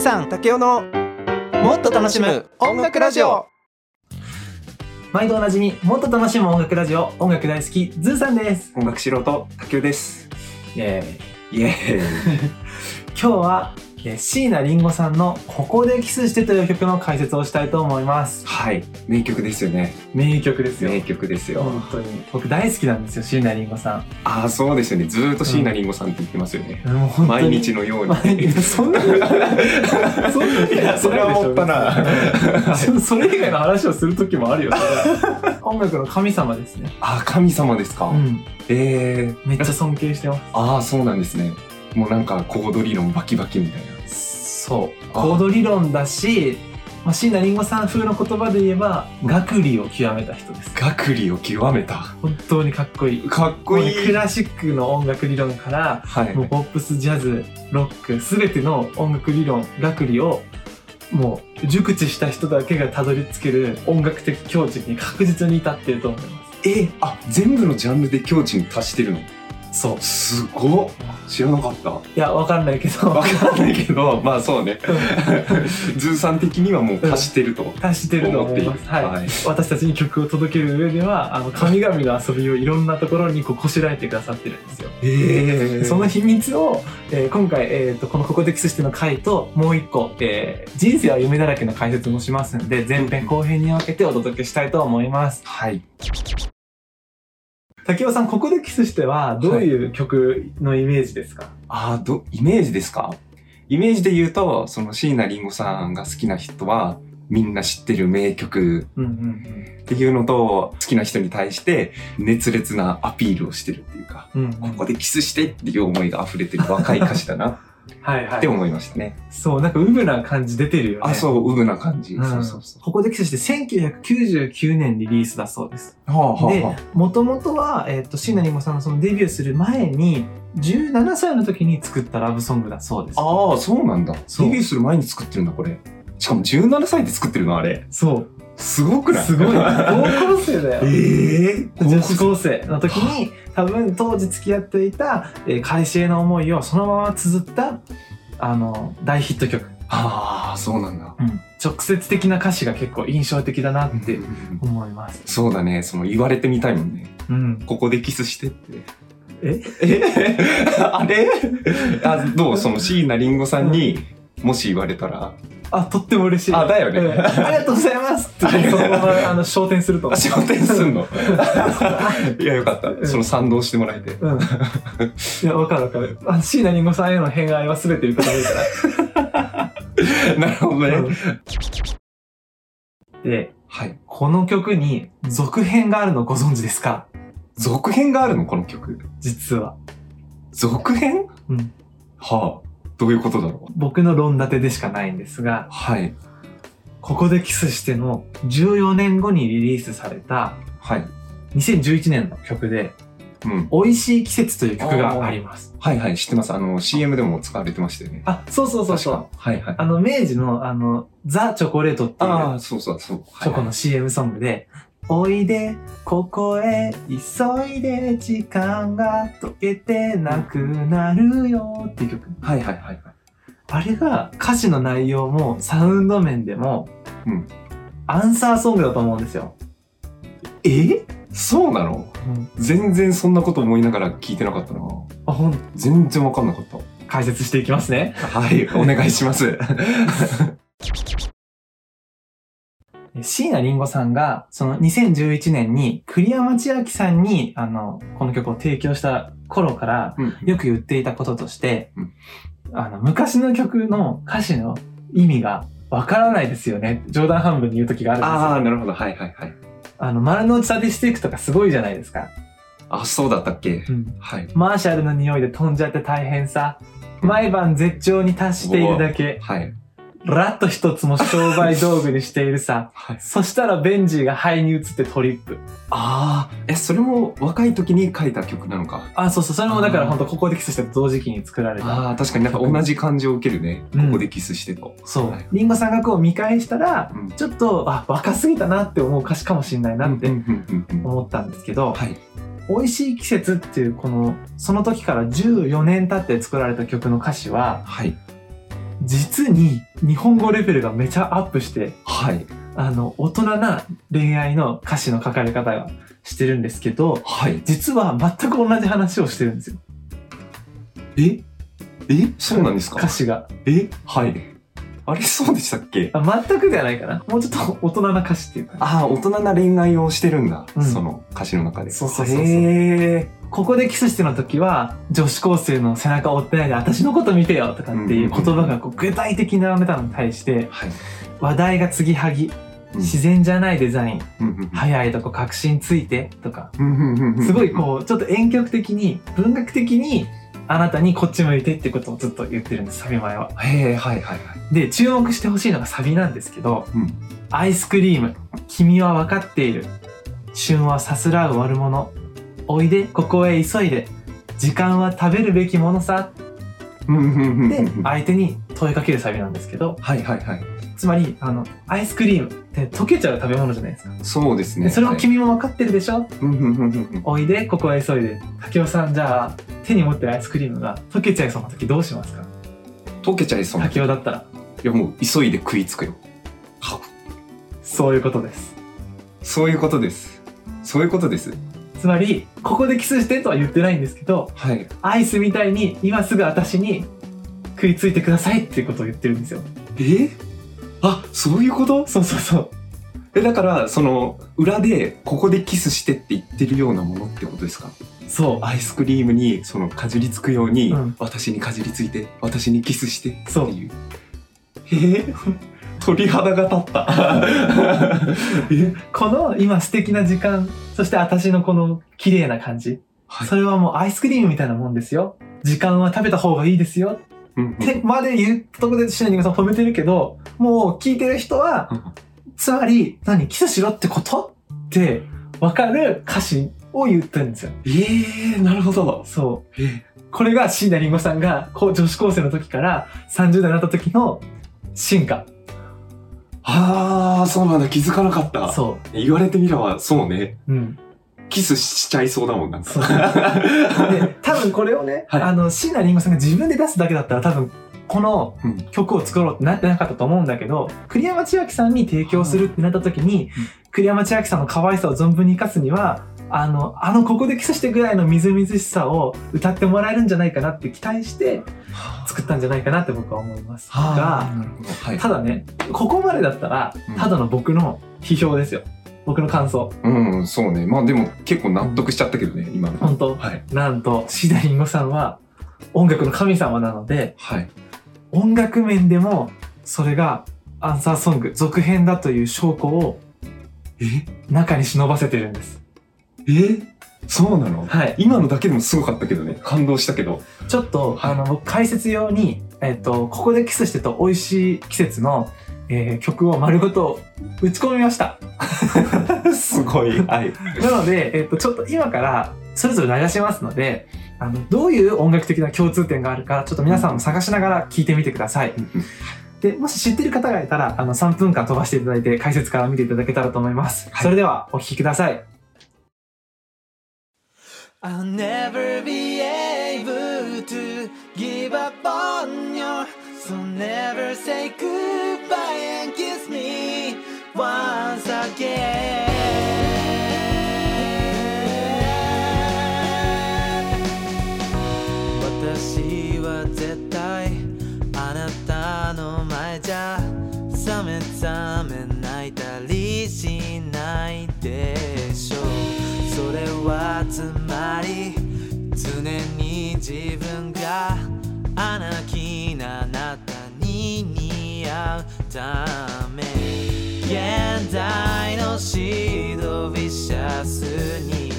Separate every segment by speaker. Speaker 1: さん
Speaker 2: 竹雄の
Speaker 1: もっと楽しむ音楽ラジオ
Speaker 3: 毎度おなじみ、もっと楽しむ音楽ラジオ、音楽大好き、ズーさんです。
Speaker 2: 音楽素人竹雄です
Speaker 3: えー、
Speaker 2: イエーイ
Speaker 3: 今日は、えー、椎名林檎さんのここでキスしてという曲の解説をしたいと思います。
Speaker 2: はい名曲ですよね
Speaker 3: 名曲ですよ。
Speaker 2: 名曲ですよ、
Speaker 3: 本当に。僕大好きなんですよ、椎名林檎さん。
Speaker 2: ああそうですよねずーっと椎名林檎さんって言ってますよね、
Speaker 3: もう本当に
Speaker 2: 毎日のように
Speaker 3: 毎日そん なそんなことない
Speaker 2: やそれは思ったな
Speaker 3: そそれ以外の話をする時もあるよ。 音楽の神様ですね。
Speaker 2: ああ神様ですか、
Speaker 3: うん。
Speaker 2: ええ
Speaker 3: めっちゃ尊敬してます。
Speaker 2: ああそうなんですねもうなんかコード理論バキバキみたいな
Speaker 3: そう
Speaker 2: あ
Speaker 3: コード理論だし、まあ、椎名林檎さん風の言葉で言えば学理を極めた人です
Speaker 2: 学理を極めた
Speaker 3: 本当にかっこいい
Speaker 2: かっこ
Speaker 3: もう
Speaker 2: い
Speaker 3: ねク
Speaker 2: い
Speaker 3: ラシックの音楽理論から
Speaker 2: はい
Speaker 3: もうポップスジャズロック全ての音楽理論学理をもう熟知した人だけがたどり着ける音楽的境地に確実に至っていると思いま
Speaker 2: えあ全部のジャンルで境地に達してるの
Speaker 3: すそう
Speaker 2: すごっ知らなかった
Speaker 3: いやわかんないけど
Speaker 2: わかんないけど、まあそうね。 ズーさん的にはもう貸してると。
Speaker 3: 達してると思います。はい、
Speaker 2: はい
Speaker 3: 私たちに曲を届ける上では、あの神々の遊びをいろんなところにこうこしらえてくださってるんですよ。
Speaker 2: え
Speaker 3: その秘密を、えー今回、えー、とこの「ここでキスして」の回ともう一個、えー人生は夢だらけ」の解説もしますので前編後編に分けてお届けしたいと思います
Speaker 2: はい。
Speaker 3: 竹雄さん「ここでキスして」はどういう曲のイメージですか、
Speaker 2: ああ、ど、イメージですかイメージで言うと、その椎名林檎さんが好きな人は、みんな知ってる名曲
Speaker 3: うんうんうん
Speaker 2: っていうのと、好きな人に対して熱烈なアピールをしてるっていうか、
Speaker 3: うんうん
Speaker 2: ここでキスしてっていう思いが溢れてる若い歌詞だな
Speaker 3: はいは
Speaker 2: って
Speaker 3: い
Speaker 2: 思いましたね。
Speaker 3: そうなんかウブな感じ出てるよね
Speaker 2: あ、
Speaker 3: う
Speaker 2: そう、ウブな感じ。
Speaker 3: ん
Speaker 2: そうそうそう。
Speaker 3: ここでキスして1999年リリースだそうです
Speaker 2: はあはあは
Speaker 3: でもともとは、えっと椎名林檎さんのそのデビューする前に17歳の時に作ったラブソングだそうです
Speaker 2: ああ、そうなんだ。デ
Speaker 3: そう
Speaker 2: ビューする前に作ってるんだ、これ。しかも17歳で作ってるの、あれ。
Speaker 3: そう
Speaker 2: すごくない
Speaker 3: すごい高
Speaker 2: え
Speaker 3: 校生だよ
Speaker 2: え
Speaker 3: 女子高生の時に多分当時付き合っていた、えー、彼氏への思いをそのまま綴ったあの大ヒット曲、
Speaker 2: ああ、そうなんだ。
Speaker 3: 直接的な歌詞が結構印象的だなって
Speaker 2: うん
Speaker 3: 思います、
Speaker 2: そうだね。その言われてみたいもんね。
Speaker 3: うん、
Speaker 2: ここでキスしてって。
Speaker 3: え
Speaker 2: え あれあどうその椎名林檎さんに、もし言われたら。
Speaker 3: あとっても嬉しい
Speaker 2: あ、だよ
Speaker 3: うん
Speaker 2: ね。
Speaker 3: ありがとうございますってそのままあの昇天すると思
Speaker 2: あ、
Speaker 3: う
Speaker 2: 焦点 すんの。いや、よかっ
Speaker 3: うん
Speaker 2: た。その賛同してもらえて。
Speaker 3: うん。いや、わかるわかる。あ椎名林檎さんへの偏愛は全て受け止めるか
Speaker 2: なるほど
Speaker 3: ら。
Speaker 2: ね。
Speaker 3: うんで、
Speaker 2: はい。
Speaker 3: この曲に続編があるのご存知ですか
Speaker 2: 続編があるのこの曲。
Speaker 3: 実は。
Speaker 2: 続編
Speaker 3: うん
Speaker 2: はあ、どういうことだろう
Speaker 3: 僕の論立てでしかないんですが、
Speaker 2: はい。
Speaker 3: ここでキスしての14年後にリリースされた
Speaker 2: はい。
Speaker 3: 2011年の曲で、
Speaker 2: うん。
Speaker 3: 美味しい季節という曲があります。
Speaker 2: はいはい、知ってます。あの、CM でも使われてましたよね。
Speaker 3: あ、そうそうそうそう。
Speaker 2: 確か。はいはい。
Speaker 3: あの、明治の、あの、ザ・チョコレートっていう、
Speaker 2: ああ、そうそうそう。
Speaker 3: チョコの CM ソングで、おいで、ここへ、急いで、時間が溶けてなくなるよっていう曲。
Speaker 2: はいはいはいはい。
Speaker 3: あれが歌詞の内容もサウンド面でも、
Speaker 2: うん
Speaker 3: アンサーソングだと思うんですよ。
Speaker 2: えそうなの全然そんなこと思いながら聞いてなかったな。
Speaker 3: あほん
Speaker 2: 全然わかんなかった。
Speaker 3: 解説していきますね。
Speaker 2: はい、お願いします。
Speaker 3: 椎名林檎さんが、その2011年に栗山千明さんに、あの、この曲を提供した頃から、
Speaker 2: うん
Speaker 3: よく言っていたこととして
Speaker 2: うん、
Speaker 3: あの、昔の曲の歌詞の意味がわからないですよね。冗談半分に言う時があるんですよ。
Speaker 2: ああ、なるほど。はいはいはい。
Speaker 3: あの、丸の内サディスティックとかすごいじゃないですか。
Speaker 2: あ、そうだったっけはい。
Speaker 3: マーシャルの匂いで飛んじゃって大変さ。毎晩絶頂に達しているだけ。
Speaker 2: はい。。
Speaker 3: ラッと一つも商売道具にしているさ
Speaker 2: はい、
Speaker 3: そしたらベンジーが肺に移ってトリップ。
Speaker 2: ああ、え、それも若い時に書いた曲なのか。
Speaker 3: あ、そうそう。それもだから
Speaker 2: あー
Speaker 3: 本当ここでキスした同時期に作られた。
Speaker 2: ああ、確かになんか同じ感じを受けるね。
Speaker 3: うん
Speaker 2: ここでキスしてと。
Speaker 3: そう
Speaker 2: はい。
Speaker 3: リンゴさんがこう見返したら、
Speaker 2: うん
Speaker 3: ちょっと、あ、若すぎたなって思う歌詞かもしれないなって
Speaker 2: うんうんうんうん
Speaker 3: 思ったんですけど、
Speaker 2: はい。
Speaker 3: 美味しい季節っていうこの、その時から14年経って作られた曲の歌詞は、
Speaker 2: はい。
Speaker 3: 実に日本語レベルがめちゃアップして
Speaker 2: はい。
Speaker 3: あの大人な恋愛の歌詞の書かれ方がしてるんですけど
Speaker 2: はい。
Speaker 3: 実は全く同じ話をしてるんですよ
Speaker 2: ええそうなんですか
Speaker 3: 歌詞が
Speaker 2: えはい。あれそうでしたっけ
Speaker 3: あ全くではないかなもうちょっと大人な歌詞っていうか
Speaker 2: ああ、大人な恋愛をしてるんだ。
Speaker 3: うん
Speaker 2: その歌詞の中で。
Speaker 3: そうそうそうそう
Speaker 2: へ
Speaker 3: ここでキスしての時は女子高生の背中を追ってないで私のこと見てよとかっていう言葉がこう具体的に並べたのに対して
Speaker 2: ーはい。
Speaker 3: 話題が継ぎはぎ
Speaker 2: うん
Speaker 3: 自然じゃないデザイン
Speaker 2: うんうん
Speaker 3: 早いとこ確信ついてとか
Speaker 2: うんうんうんうん
Speaker 3: すごいこうちょっと遠曲的に文学的にあなたにこっち向いてってことをずっと言ってるんですサビ前は。
Speaker 2: うん。へえ、はいはいはい。
Speaker 3: で注目してほしいのがサビなんですけど「
Speaker 2: うん
Speaker 3: アイスクリーム君は分かっている旬はさすらう悪者おいでここへ急いで時間は食べるべきものさ」
Speaker 2: うんうんうんうん
Speaker 3: って
Speaker 2: うん
Speaker 3: 相手に問いかけるサビなんですけど
Speaker 2: はいはいはい。
Speaker 3: つまりあのアイスクリームって溶けちゃう食べ物じゃないですか。
Speaker 2: そうです
Speaker 3: で
Speaker 2: ね。
Speaker 3: それも
Speaker 2: はい
Speaker 3: 君も分かってるでしょ
Speaker 2: うんうんうんうんうん
Speaker 3: おいでここへ急いで竹雄さんじゃあ手に持ってるアイスクリームが溶けちゃいそうな時どうしますか
Speaker 2: 溶けちゃいそうな。い
Speaker 3: 竹雄だったら
Speaker 2: やもう急いで食いつくよ。は
Speaker 3: そういうことです
Speaker 2: そういうことです。そういうことです。
Speaker 3: つまりここでキスしてとは言ってないんですけど
Speaker 2: はい。
Speaker 3: アイスみたいに今すぐ私に食いついてくださいっていうことを言ってるんですよ
Speaker 2: えあ、そういうこと
Speaker 3: そうそうそう
Speaker 2: え、だから、その、裏で、ここでキスしてって言ってるようなものってことですか
Speaker 3: そ
Speaker 2: アイスクリームに、その、かじりつくように、
Speaker 3: うん
Speaker 2: 私にかじりついて、私にキスしてって
Speaker 3: そう
Speaker 2: いう。え ー鳥肌が立った。え
Speaker 3: うこの今素敵な時間そして私のこの綺麗な感じ
Speaker 2: はい
Speaker 3: それはもうアイスクリームみたいなもんですよ時間は食べた方がいいですよ
Speaker 2: うんうん
Speaker 3: ってまで言うとこでシナニングさん褒めてるけどもう聞いてる人はつまり何キスしろってことって分かる歌詞を言ってるんですよ
Speaker 2: えー、なるほど。
Speaker 3: そう
Speaker 2: えー
Speaker 3: これが椎名林檎さんがこう女子高生の時から30代になった時の進化
Speaker 2: あー、そうなんだ。気づかなかった。
Speaker 3: そ
Speaker 2: 言われてみれば、そうね。
Speaker 3: う、うん、
Speaker 2: キスしちゃいそうだもんなんか。
Speaker 3: そうで多分これをね、
Speaker 2: はい
Speaker 3: あの椎名林檎さんが自分で出すだけだったら多分この
Speaker 2: うん
Speaker 3: 曲を作ろうってなってなかったと思うんだけど栗山千明さんに提供するってなった時に、栗山千明さんの可愛さを存分に生かすにはあのあのここでキスしてぐらいのみずみずしさを歌ってもらえるんじゃないかなって期待して作ったんじゃないかなって僕は思いますが
Speaker 2: あー、なるほど。は い。
Speaker 3: ただねここまでだったら
Speaker 2: うん
Speaker 3: ただの僕の批評ですよ、僕の感想
Speaker 2: うん、そうね。まあでも結構納得しちゃったけどね、今の。
Speaker 3: 本当
Speaker 2: はい。
Speaker 3: なんとシダリンゴさんは音楽の神様なので
Speaker 2: はい。
Speaker 3: 音楽面でもそれがアンサーソング続編だという証拠を
Speaker 2: え
Speaker 3: 中に忍ばせてるんです
Speaker 2: えそうなの
Speaker 3: はい
Speaker 2: 今のだけでもすごかったけどね。感動したけど。
Speaker 3: ちょっとあの僕解説用に、えっとここでキスしてと美味しい季節の、えー曲を丸ごと打ち込みました
Speaker 2: すご い。はい。
Speaker 3: なので、えっと、ちょっと今からそれぞれ流しますので、あの、どういう音楽的な共通点があるか、ちょっと皆さんも探しながら聞いてみてください。で、もし知ってる方がいたら、あの、3分間飛ばしていただいて、解説から見ていただけたらと思います。
Speaker 2: はい
Speaker 3: それでは、お聴きください。
Speaker 1: I'll never be able to give up on you. So never say goodbye and kiss me once again. 私は絶対あなたの前じゃ冷め冷め泣いたりしないでしょうそれはつまり常に自分が穴気なあなたに似合うため現代のシドビシャスに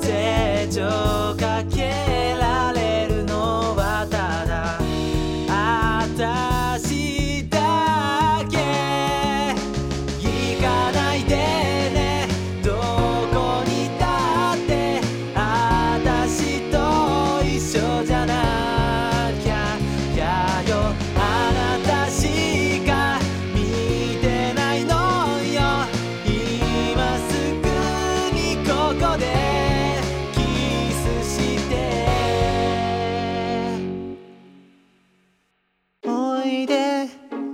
Speaker 1: 手錠かけられるのはただ私だけ行かないでねどこにだって私と一緒じゃなきゃやよあなたしか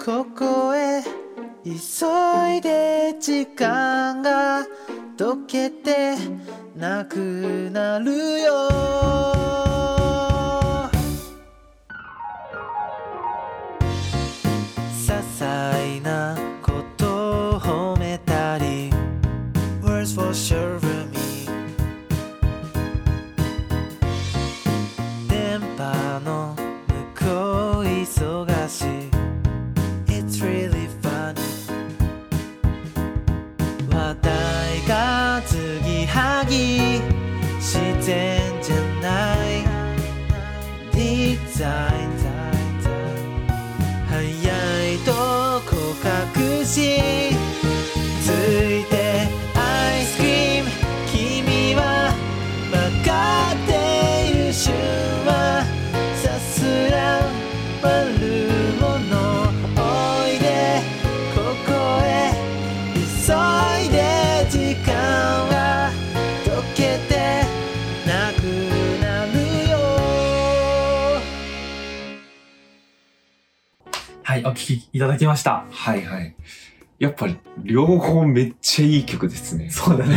Speaker 1: ここへ急いで時間が溶けてなくなるよ些細なことを褒めたり Words for sure me 電波の向こう忙しい It's really funny 話題が継ぎはぎ自然じゃないデザイン早いとこ隠しついてアイスクリーム君は分かっている旬はさすら割るものおいでここへ急いで時間は溶けてなくなるよ
Speaker 3: はい、お聴きいただきました。
Speaker 2: はいはい。やっぱり、両方めっちゃいい曲ですね。
Speaker 3: そう だね。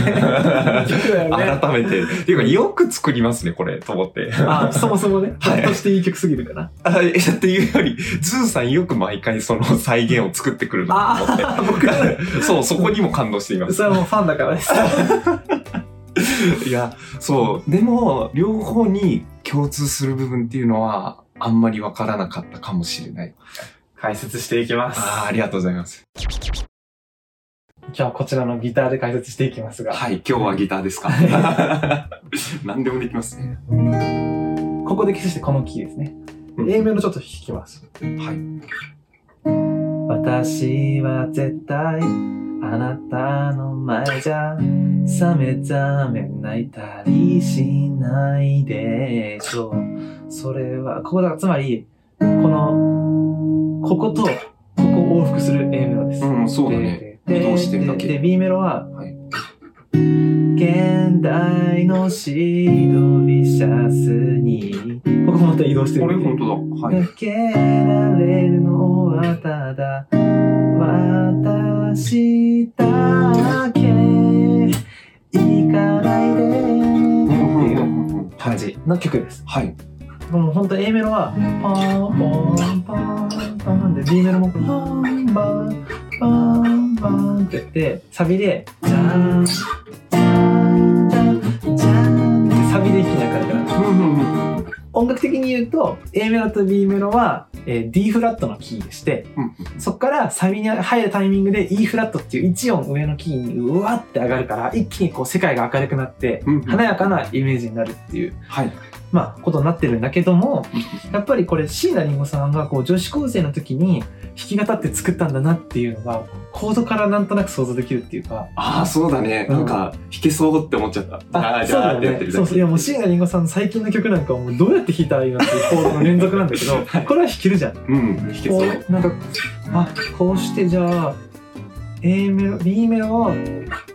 Speaker 3: 曲だよね。
Speaker 2: 改めて。っていうか、よく作りますね、これ、と思って。
Speaker 3: あ、そもそもね、
Speaker 2: はい
Speaker 3: はっとしていい曲すぎるかな。
Speaker 2: あえっていうより、ズーさんよく毎回その再現を作ってくるなと思って。
Speaker 3: あー、僕、
Speaker 2: そう、そこにも感動しています。
Speaker 3: それはもうファンだからです。
Speaker 2: いや、そう。でも、両方に共通する部分っていうのは、あんまりわからなかったかもしれない。
Speaker 3: 解説していきます。
Speaker 2: ああ、ありがとうございます。
Speaker 3: 今日はこちらのギターで解説していきますが、
Speaker 2: はい、今日はギターですか。 何でもできますね。
Speaker 3: ここでキスしてこのキーですね。
Speaker 2: うん
Speaker 3: A メロちょっと弾きます。
Speaker 2: はい。
Speaker 1: 私は絶対あなたの前じゃさめざめ泣いたりしないでしょうそれはここだつまり
Speaker 3: この、ここと、ここを往復する A メロです。
Speaker 2: うん、そうだね。
Speaker 3: で
Speaker 2: 移動してるだけ
Speaker 3: でで B メロは、
Speaker 2: はい。
Speaker 1: 現代のシドリシャスに
Speaker 3: ここまた移動してる。
Speaker 2: これ本当だ。はい。
Speaker 1: 抜けられるのはただ私だけ行かないで
Speaker 3: 感じの曲です。
Speaker 2: はい。
Speaker 3: もう本当 A メロは、ポンポンポンポンで、B メロもポンポンポンポンってやって、サビで、
Speaker 1: じゃんじゃんじゃんじゃん
Speaker 3: サビで弾きながらから。音楽的に言うと、A メロと B メロは、えー D フラットのキーでして、そこからサビに入るタイミングで E フラットっていう1音上のキーにうわって上がるから、一気にこう世界が明るくなって、華やかなイメージになるっていう、
Speaker 2: はい。
Speaker 3: まあ、ことになってるんだけども、やっぱりこれ椎名林檎さんがこう女子高生の時に弾き語って作ったんだなっていうのがコードからなんとなく想像できるっていうか
Speaker 2: ああ、そうだね。なんか、弾けそうって思っちゃった。ああ、じ
Speaker 3: そう
Speaker 2: ゃ
Speaker 3: だ
Speaker 2: あ、
Speaker 3: よ
Speaker 2: ってやってる
Speaker 3: ねそうそういやもう椎名林檎さんの最近の曲なんかはもうどうやって弾いたらいいのっていうコードの連続なんだけどこれは弾けるじゃん。こ
Speaker 2: うん、弾けそう。
Speaker 3: うなんかあこうしてじゃあ A メロ B メロを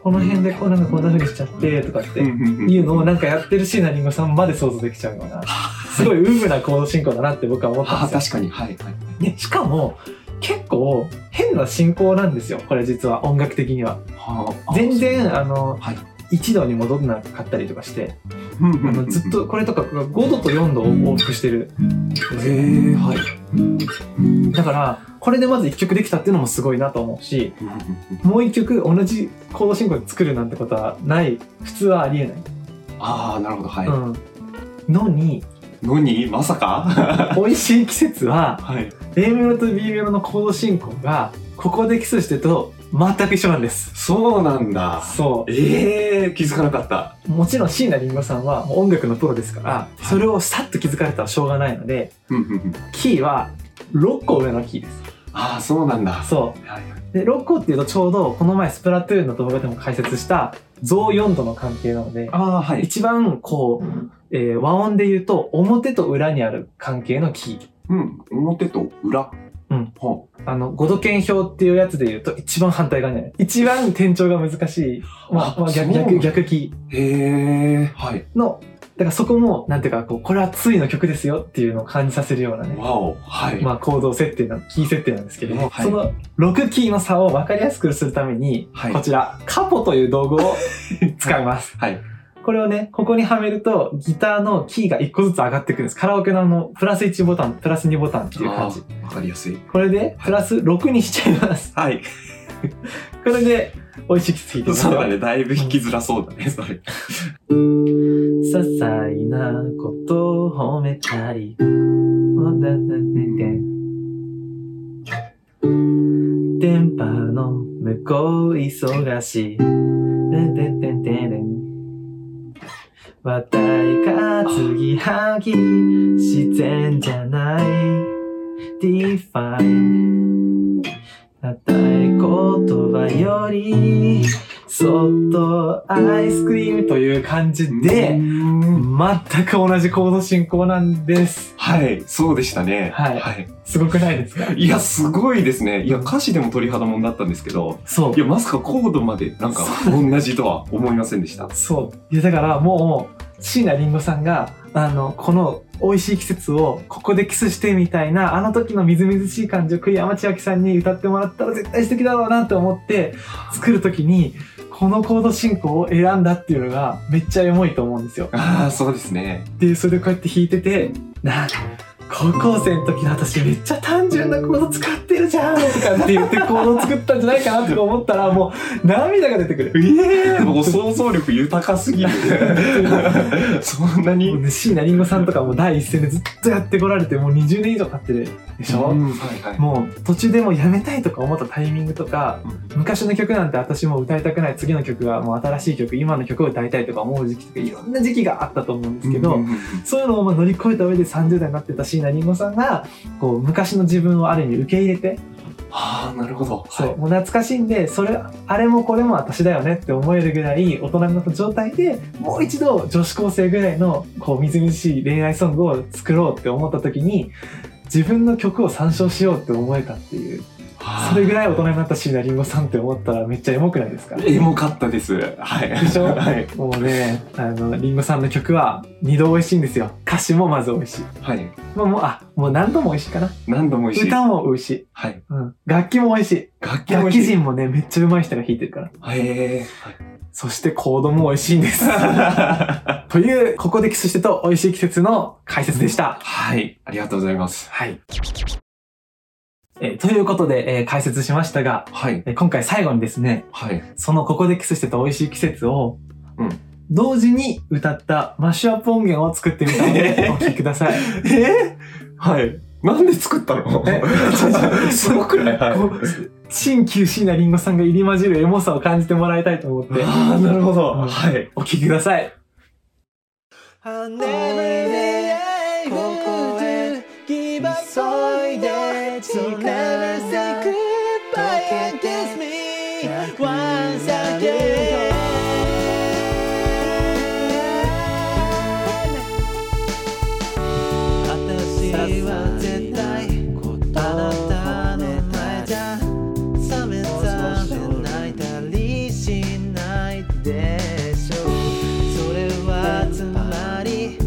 Speaker 3: この辺でこうなんかこんな風にしちゃってとかっていうのをなんかやってる椎名林檎さんまで想像できちゃうようなすごいウームなコード進行だなって僕は思ったん
Speaker 2: あ
Speaker 3: で
Speaker 2: あ、
Speaker 3: すよ。
Speaker 2: 確かに。はい。はい。
Speaker 3: ね、しかも結構変な進行なんですよこれ実は音楽的には全然あの、
Speaker 2: はい
Speaker 3: 一度に戻んなかったりとかして、あの
Speaker 2: 然
Speaker 3: ずっ。とこれとかが5度と4度を往復してるんですよ
Speaker 2: ええ、はい。
Speaker 3: だからこれでまず1曲できたっていうのもすごいなと思うしもう1曲同じコード進行で作るなんてことはない普通はありえない、
Speaker 2: ああ、なるほど。はい。
Speaker 3: うん、のに
Speaker 2: のに、まさか
Speaker 3: 「美味しい季節」は
Speaker 2: はい。
Speaker 3: A メロと B メロのコード進行がここでキスしてと全く一緒なんです
Speaker 2: そうなんだ。
Speaker 3: そう
Speaker 2: ええー、気づかなかった。
Speaker 3: もちろん椎名林檎さんはもう音楽のプロですから、
Speaker 2: い
Speaker 3: それをさっと気づかれたらしょうがないので
Speaker 2: あ
Speaker 3: キーは6個上のキーです
Speaker 2: あー、そうなんだ。
Speaker 3: そ
Speaker 2: はい。
Speaker 3: うで6個っていうとちょうどこの前スプラトゥーンの動画でも解説した増4度の関係なので
Speaker 2: ああ、はい。
Speaker 3: 一番こう、えー和音で言うと表と裏にある関係のキー
Speaker 2: うん、表と裏。
Speaker 3: うん
Speaker 2: は
Speaker 3: あの5度圏表っていうやつで言うと一番反対側にある一番転調が難しい、まあ
Speaker 2: あ
Speaker 3: まあ、
Speaker 2: そう
Speaker 3: 逆
Speaker 2: なんだ
Speaker 3: 逆逆キ
Speaker 2: あ。へえ。はい。
Speaker 3: ーのからそこも、なんていうか、こう、これはついの曲ですよっていうのを感じさせるようなね。
Speaker 2: わお。はい。
Speaker 3: まあ、行動設定のキー設定なんですけども、
Speaker 2: はい
Speaker 3: その6キーの差を分かりやすくするために、
Speaker 2: はい
Speaker 3: こちらカポという道具 を使います、
Speaker 2: はい。
Speaker 3: これをねここにはめるとギターのキーが1個ずつ上がってくるんですカラオケのあのプラス1ボタンプラス2ボタンっていう感じ
Speaker 2: あーわかりやすい。
Speaker 3: これでプラス6にしちゃいます
Speaker 2: はい。
Speaker 3: これで美味しくついてます
Speaker 2: そう
Speaker 3: よ
Speaker 2: だね。だいぶ引きづらそうだね。それ。
Speaker 3: 些細なことを褒めたり電波の向こう忙しい話題が継ぎはぎ自然じゃない Define たたえ言葉よりそっとアイスクリームという感じで、全く同じコード進行なんです。
Speaker 2: はい。そうでしたね。
Speaker 3: はい
Speaker 2: はい。
Speaker 3: すごくないですか
Speaker 2: いや、すごいですね。いや、歌詞でも鳥肌もんだったんですけど、
Speaker 3: そう
Speaker 2: いや、まさかコードまで、なんか、同じとは思いませんでした。
Speaker 3: そう。いや、だからもう、椎名林檎さんが、あの、この美味しい季節をここでキスしてみたいな、あの時のみずみずしい感じを栗山千明さんに歌ってもらったら絶対素敵だろうなと思って作る時に、このコード進行を選んだっていうのがめっちゃエモいと思うんですよ。
Speaker 2: ああ、そうですね。
Speaker 3: でそれでこうやって弾いててな高校生の時の私めっちゃ単純なコード使ってるじゃんとかって言ってコードを作ったんじゃないかなとか思ったらもう涙が出てくる。
Speaker 2: ええもう想像力豊かすぎる。 そんな
Speaker 3: もう
Speaker 2: に。
Speaker 3: ね椎名林檎さんとかも第一線でずっとやってこられてもう20年以上経ってるでしょ、
Speaker 2: うんはいはい。
Speaker 3: もう途中でもうやめたいとか思ったタイミングとか
Speaker 2: うん
Speaker 3: 昔の曲なんて私もう歌いたくない次の曲がもう新しい曲今の曲を歌いたいとか思う時期とかいろんな時期があったと思うんですけど、
Speaker 2: うんうんうん
Speaker 3: そういうのをまあ乗り越えた上で30代になってた椎名林檎さんがこう昔の自分をある意味受け入れて、
Speaker 2: ああ、なるほど。
Speaker 3: そうもう懐かしんでそれあれもこれも私だよねって思えるぐらい大人になった状態でもう一度女子高生ぐらいのこうみずみずしい恋愛ソングを作ろうって思った時に自分の曲を参照しようって思えたっていうそれぐらい大人になった椎名林檎さんって思ったらめっちゃエモくないですか
Speaker 2: い。エモかったです。はい。
Speaker 3: でしょ
Speaker 2: はい。
Speaker 3: もうねあの林檎さんの曲は二度美味しいんですよ歌詞もまず美味しい、
Speaker 2: はい。
Speaker 3: まあ、もうあもう何度も美味しいかな
Speaker 2: 何度も美味しい。
Speaker 3: 歌も美味しい、
Speaker 2: はい。
Speaker 3: うん、楽器も美味しい
Speaker 2: 楽器も美
Speaker 3: 楽
Speaker 2: 味
Speaker 3: 器
Speaker 2: しい。
Speaker 3: 人もねめっちゃ上手い人が弾いてるから
Speaker 2: へえ。
Speaker 3: そしてコードも美味しいんです
Speaker 2: は
Speaker 3: というここでキスしてと美味しい季節の解説でした
Speaker 2: い。ありがとうございます。
Speaker 3: はい、えーということで、えー解説しましたが、
Speaker 2: はい。
Speaker 3: えー今回最後にですね
Speaker 2: はい。
Speaker 3: そのここでキスしてと美味しい季節を、
Speaker 2: うん
Speaker 3: 同時に歌ったマッシュアップ音源を作ってみたの でお聴きください
Speaker 2: えはい。なんで作ったの
Speaker 3: え
Speaker 2: すごくないはい
Speaker 3: こう新旧椎名林檎さんが入り混じるエモさを感じてもらいたいと思って
Speaker 2: ああ、なるほど。
Speaker 3: うん
Speaker 2: はい。
Speaker 3: お聴きください
Speaker 1: 羽でここへ急いで近くへ kiss me once again 私は絶対あなたの前じゃ冷め冷め泣いたりしないでしょうそれはつまり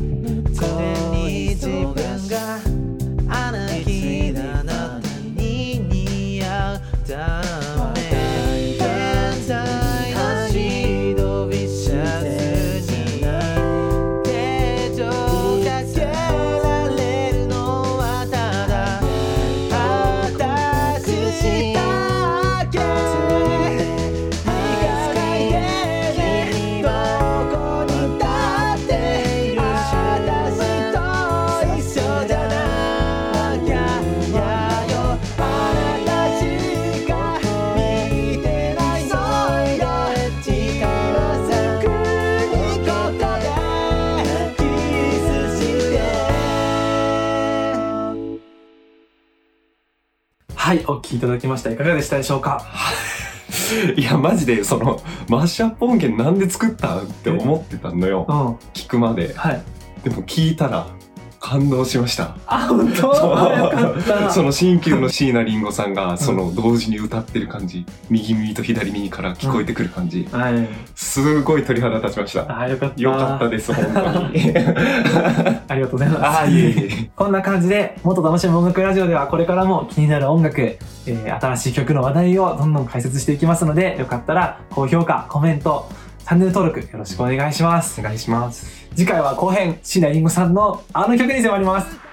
Speaker 1: 常に自分がアナキーなあなたに似合うため現在足伸びしゃずに手錠かけられるのはただ私だけ君はどこにだっている私と一緒じゃなきゃ嫌よあなたしか見てないのよ力さくにここでキスして
Speaker 3: はいお聴きいただきましたいかがでしたでしょうか
Speaker 2: いや、マジで、その、マッシュアップ音源なんで作ったって思ってたのよ。
Speaker 3: うん
Speaker 2: 聞くまで。
Speaker 3: はい
Speaker 2: でも聞いたら、感動しました。
Speaker 3: あ本当
Speaker 2: そう
Speaker 3: あよかった
Speaker 2: その新旧の椎名林檎さんが、その同時に歌ってる感じ、右耳と左耳から聞こえてくる感じ、
Speaker 3: はい
Speaker 2: すごい鳥肌立ちました。
Speaker 3: あよかった
Speaker 2: よかったです、本当に。
Speaker 3: ありがとうございます
Speaker 2: ああ、いえいえ。
Speaker 3: こんな感じで、もっと楽しむ音楽ラジオでは、これからも気になる音楽、えー新しい曲の話題をどんどん解説していきますので、よかったら高評価、コメント、チャンネル登録よろしくお願いします。
Speaker 2: お願いします。
Speaker 3: 次回は後編、椎名林檎さんのあの曲に迫ります。